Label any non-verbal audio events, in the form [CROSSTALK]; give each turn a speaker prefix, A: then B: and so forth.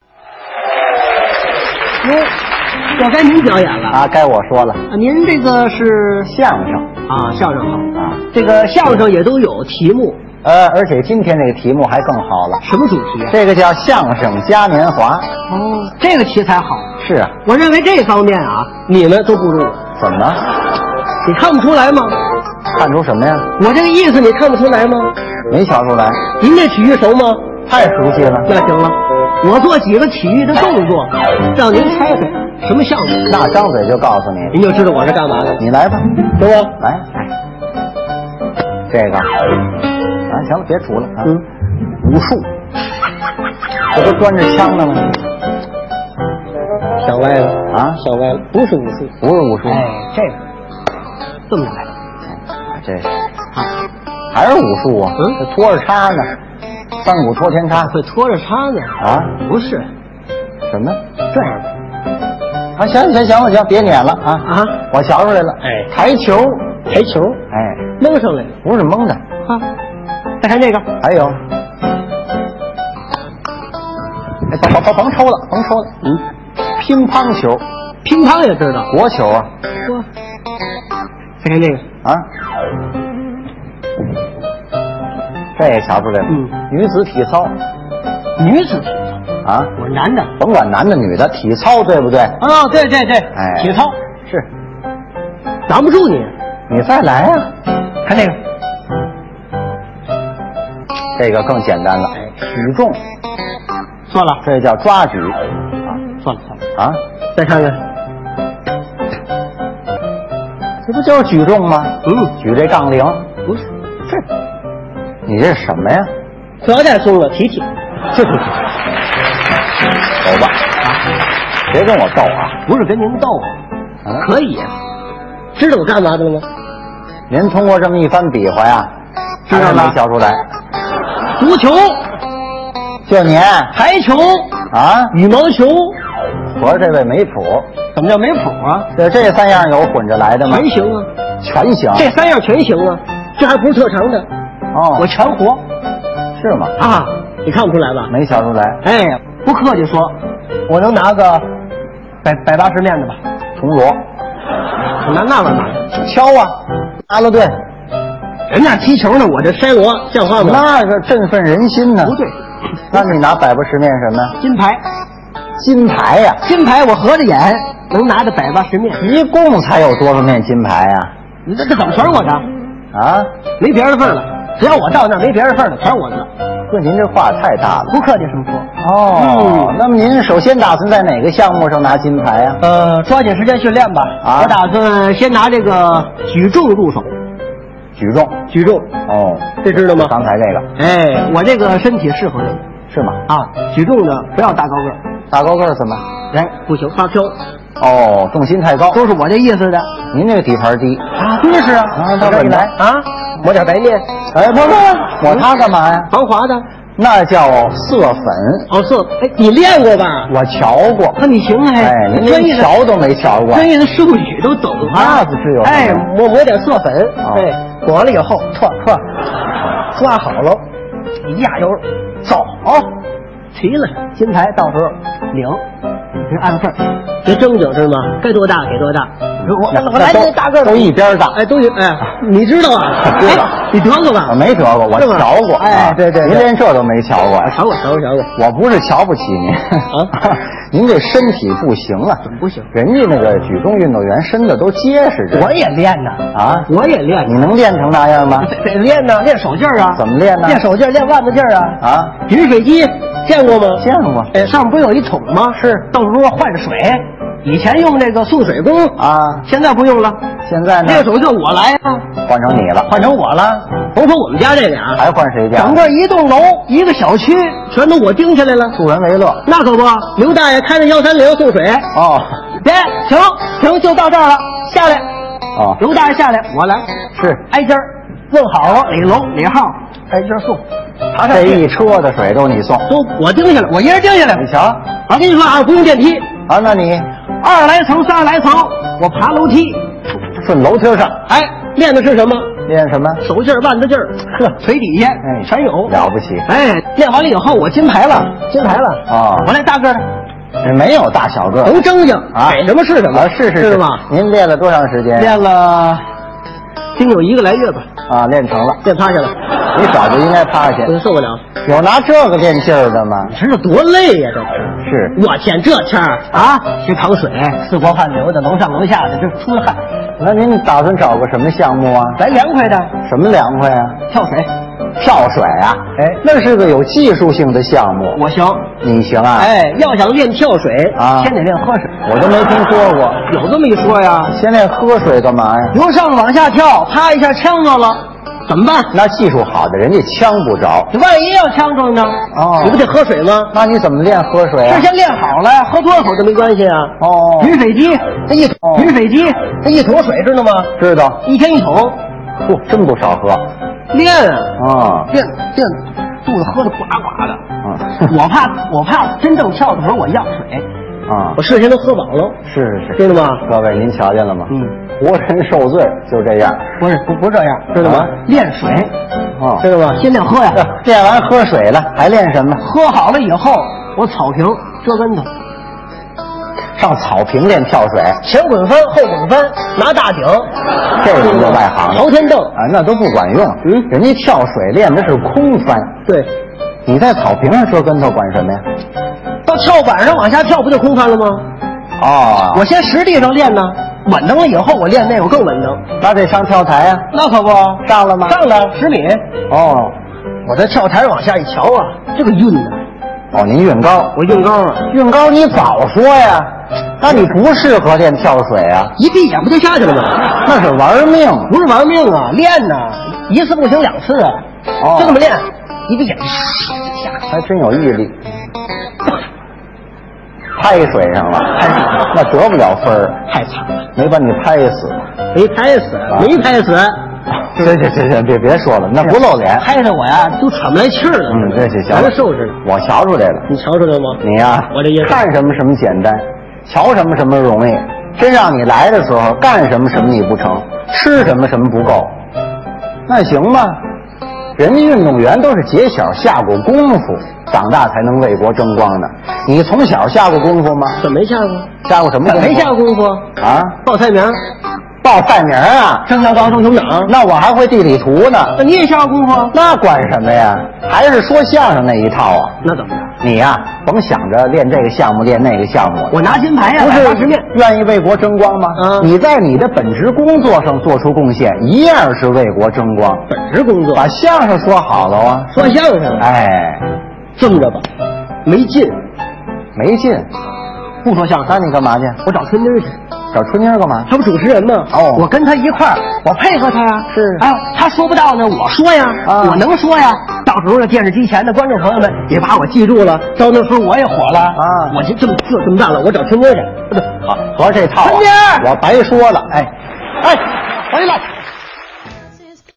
A: 哎哟，我该您表演了
B: 啊，该我说了，
A: 啊！您这个是
B: 相声
A: 啊，相声好。
B: 啊，
A: 这个相声也都有题目，
B: 呃，而且今天这个题目还更好了，
A: 什么主题啊？
B: 这个叫相声嘉年华。
A: 哦，这个题材好。
B: 是啊，
A: 我认为这方面啊，你们都不如我。
B: 怎么
A: 你看不出来吗？
B: 看出什么呀？
A: 我这个意思你看不出来吗？
B: 没瞧出来，
A: 您这体育熟吗？
B: 太熟悉了。
A: 那行了，我做几个体育的动作，让您猜猜什么项目，
B: 那张嘴就告诉你，
A: 您就知道我是干嘛的，
B: 你来吧，
A: 对吧？
B: 来，这个，啊，行了，别杵了啊。
A: 嗯，
B: 武术，这都端着枪呢吗？
A: 想歪了
B: 啊
A: 想歪了，不是武术。
B: 不是武术，
A: 哎，这个这么来，
B: 啊这是还是武术啊？
A: 嗯
B: 这拖着叉呢，三股托天叉
A: 会拖着叉呢？
B: 啊？
A: 不是，
B: 什么？
A: 这样的
B: 啊，行行行了，行，别撵了啊！
A: 啊，
B: 我瞧出来了，
A: 哎
B: 台球，
A: 排球
B: 哎，
A: 扔上来
B: 不是蒙的，
A: 啊。再看这个，
B: 还有，哎，甭甭甭甭抽了，甭抽了，
A: 嗯，
B: 乒乓球，
A: 乒乓也知道。
B: 国球啊
A: 说，再看这个，
B: 啊，这也瞧出来了，
A: 嗯，
B: 女子体操
A: 女子体操，
B: 啊，
A: 我男的。
B: 甭管男的女的，体操对不对？
A: 啊，对对对，
B: 哎
A: 体操
B: 是，
A: 挡不住你。
B: 你再来啊，
A: 看这个，
B: 这个更简单了，哎举重，
A: 算了
B: 这叫抓举
A: 算了算了，
B: 啊，
A: 再看看，
B: 这不就是举重吗？
A: 嗯，
B: 举这杠铃，
A: 不是，
B: 你这是什么呀？
A: 裤腰带松了，提提。
B: 这是走吧，别跟我斗啊！
A: 不是跟您斗
B: 啊
A: 啊，可以啊。知道我干嘛的了吗？
B: 您通过这么一番比划呀，
A: 知道
B: 还是
A: 了
B: 没瞧出来？
A: 足球、
B: 就您
A: 排球、
B: 啊，
A: 羽毛球，
B: 合着这位没谱，
A: 怎么叫没谱啊？
B: 这这三样有混着来的吗？
A: 全行啊，
B: 全行。
A: 这三样全行啊，这还不是特长的，
B: 哦，
A: 我全活
B: 是吗？
A: 啊，你看不出来吧？
B: 没瞧出来，
A: 哎，不客气说，我能拿个百百八十面的吧？
B: 铜锣、
A: 我拿那玩意儿，
B: 敲啊，阿拉对，
A: 人家踢球呢，我这筛罗像话吗？
B: 那个振奋人心呢。
A: 不对，
B: 那你拿百八十面什么呀？
A: 金牌，
B: 金牌呀、
A: 金牌我合着眼能拿着百八十面，
B: 一共才有多少面金牌呀、
A: 你这这怎么全是我的？
B: 啊？啊，
A: 没别人份儿了。只要我到那儿没别人份儿了，全是我的。
B: 哥，您这话太大了。
A: 不客气什么说。
B: 哦，
A: 嗯
B: 那么您首先打算在哪个项目上拿金牌呀、
A: 呃，抓紧时间训练吧。
B: 啊
A: 我打算先拿这个举重入手。
B: 举重。
A: 举重，
B: 哦，
A: 这知道吗？
B: 刚才这个
A: 哎，我这个身体适合这个
B: 是吗？
A: 啊。举重的不要大高个儿，
B: 大高个儿怎么？
A: 哎，不行发飘，
B: 哦，重心太高。
A: 都是我这意思的。
B: 您这个底盘低。
A: 啊，真啊是啊。
B: 啊那
A: 我这一来
B: 怎么
A: 啊，抹点白面，
B: 哎，不不，抹它干嘛呀？
A: 防滑的。
B: 那叫色粉。
A: 哦，是，哎，你练过吧？
B: 我瞧过。
A: 啊，你行哎，
B: 哎，您
A: 专业
B: 连
A: 的
B: 瞧都没瞧过。
A: 专业的术语都懂啊。
B: 那不是有
A: 哎，抹抹点色粉，
B: 哦
A: 哎，抹完了以后，唰唰，抓好了，一压油，走，
B: 哦
A: 齐了，金牌到时候领，你按份儿，别正经是吗？该多大给多大。我
B: 那
A: 我来
B: 那
A: 那
B: 都
A: 大个儿的
B: 都一边大。
A: 哎，都有哎，你知
B: [LAUGHS]
A: 道啊？
B: 知道
A: 哎你得过吧？
B: 我啊没得过，我
A: 是吗
B: 瞧过。啊
A: 哎，对对，
B: 您
A: 对
B: 连这都没瞧过呀。
A: 瞧我瞧我瞧我，
B: 我不是瞧不起您
A: 啊，
B: [LAUGHS] 您这身体不行啊，
A: 怎么不行
B: 人家那个举重运动员身子都结实着。
A: 我也练呢，
B: 啊，
A: 我也练
B: 你
A: 呢，
B: 能练成那样吗？
A: 得得练呢，练手劲儿啊。
B: 啊怎么练呢？
A: 练手劲儿，练腕子劲儿啊。
B: 啊，
A: 饮水机见过吗？
B: 见过
A: 哎，上面不有一桶吗？是，到时候换水。以前用那个送水工，
B: 啊，
A: 现在不用了。
B: 现在呢
A: 这个手就我来啊，
B: 换成你了，哎
A: 换成我了。甭说我们家这个啊，
B: 还换谁家？
A: 整个一栋楼、一个小区全都我盯下来了。
B: 助人为乐。
A: 那可不，刘大爷开着幺三零送水，
B: 哦
A: 别停停，哎就到这儿了，下来。
B: 哦，
A: 刘大爷下来，我来，
B: 是
A: 挨家儿问好了，哪楼哪号，挨家儿送。爬上
B: 这
A: 去嗯
B: 一车的水都你送，
A: 都我盯下来，我一人盯下来。
B: 你瞧
A: 我跟你说啊，不用电梯，
B: 啊，那你
A: 二十来层、三十来层，我爬楼梯。
B: 顺楼梯上
A: 哎，练的是什么？
B: 练什么？
A: 手劲儿、腕子劲儿，呵，腿底下
B: 哎
A: 全有。
B: 了不起
A: 哎，练完了以后我金牌了，金牌了。
B: 哦
A: 我来大个儿的，
B: 没有大小个儿，
A: 都正经
B: 啊
A: 逮什么是什么
B: 啊，是是
A: 是嗯吗
B: 您练了多长时间？
A: 练了经有一个来月吧，
B: 啊，练成了。
A: 练趴下了，
B: 你早就应该趴下
A: 我。就受不了。
B: 有拿这个练劲儿的吗？
A: 你说这多累呀、这是。
B: 是，
A: 我天，这天儿啊，吃糖水，四锅汗流的，楼上楼下的，这出了汗。
B: 那您打算找个什么项目啊？
A: 咱凉快的，
B: 什么凉快啊？
A: 跳水，
B: 跳水啊？
A: 哎
B: 那是个有技术性的项目。
A: 我行。
B: 你行啊？，
A: 哎，要想练跳水
B: 啊
A: 先得练喝水。
B: 我都没听说过。
A: 有这么一说呀，
B: 先练喝水干嘛呀？
A: 由上往下跳，啪一下呛着了，怎么办？
B: 那技术好的人家呛不着，
A: 你万一要呛着呢？
B: 哦
A: 你不得喝水吗？
B: 那你怎么练喝水啊
A: 事？先练好了呀，喝多少口都没关系啊。
B: 哦，
A: 饮水机，它一
B: 哦
A: 桶饮水机，它一桶水知道吗？
B: 知道，
A: 一天一桶，
B: 嚯，真不少喝
A: 练啊，
B: 啊。
A: 练练，肚子喝的呱呱的。
B: 嗯
A: [LAUGHS] 我怕我怕真正跳的时候我要水，
B: 啊
A: 我，事先都喝饱了，
B: 是是是，
A: 知道吗？
B: 各位您瞧见了吗？
A: 嗯，
B: 活人受罪就这样
A: 不是不不这样，知道吗
B: 啊？
A: 练水，
B: 啊。
A: 知道吗？啊先练喝呀，
B: 这练完喝水了，还练什么？
A: 喝好了以后，我草坪折跟头，
B: 上草坪练跳水，啊
A: 前滚翻后滚翻，拿大顶，
B: 这个就外行了
A: 朝天蹬，
B: 啊，那都不管用。
A: 嗯
B: 人家跳水练的是空翻，
A: 对，
B: 你在草坪上折跟头管什么呀？
A: 到跳板上往下跳不就空翻了吗？
B: 哦，
A: 我先实地上练呢，稳当了以后我练那我更稳当，
B: 那得上跳台呀、啊
A: 那可不
B: 上了吗
A: 上了十米，
B: 哦，
A: 我在跳台上往下一瞧啊，这个晕的，
B: 哦，您运高，
A: 我晕高啊，
B: 运高你早说呀，那你不适合练跳水啊，
A: 一闭眼不就下去了吗？
B: 那是玩命。
A: 不是玩命啊，练呐、一次不行两次啊，
B: 哦
A: 就这么练，一闭眼，
B: 还真有毅力，拍水上了，
A: 拍水上
B: 那得不了分儿，
A: 太惨了，啊
B: 没把你拍死。
A: 没拍死，没拍死，
B: 行行行行，别别说了，那不露脸。
A: 拍哎的我呀都喘不来气儿了，
B: 嗯，这行行，
A: 难受着呢。
B: 我瞧出来了，
A: 你瞧出来吗？
B: 你呀、
A: 我这意思
B: 看什么什么简单，瞧什么什么容易。真让你来的时候，干什么什么你不成，吃什么什么不够，那行吗？人家运动员都是解小下过功夫，长大才能为国争光的。你从小下过功夫吗？
A: 怎么没下过？
B: 下过什么
A: 怎么
B: 功夫？
A: 没下功夫？
B: 啊，
A: 报菜名，
B: 报菜名啊！
A: 张小刚、郑熊掌。
B: 那我还会地理图呢，
A: 那你也下过功夫？
B: 那管什么呀？还是说相声那一套啊？
A: 那怎么着？
B: 你呀、甭想着练这个项目，练那个项目，
A: 我拿金牌呀，
B: 不
A: 百
B: 是
A: 花十面。
B: 愿意为国争光吗？
A: 嗯
B: 你在你的本职工作上做出贡献，一样是为国争光。
A: 本职工作
B: 把相声说好了啊，
A: 说相声，
B: 哎，
A: 这么着吧，没劲，
B: 没劲，
A: 不说相
B: 那
A: 声，
B: 你干嘛去？
A: 我找春妮儿去。
B: 找春妮儿干嘛？
A: 他不主持人吗？
B: 哦
A: 我跟他一块儿，我配合他呀。
B: 是
A: 哎呦，他说不到呢，我说呀，
B: 啊
A: 我能说呀。到时候呢，电视机前的观众朋友们也把我记住了，到那时候我也火了
B: 啊
A: 我就这么就这么办了，我找春妮儿去。
B: 好，合这套啊、
A: 春妮儿
B: 我白说了，哎，哎，回来。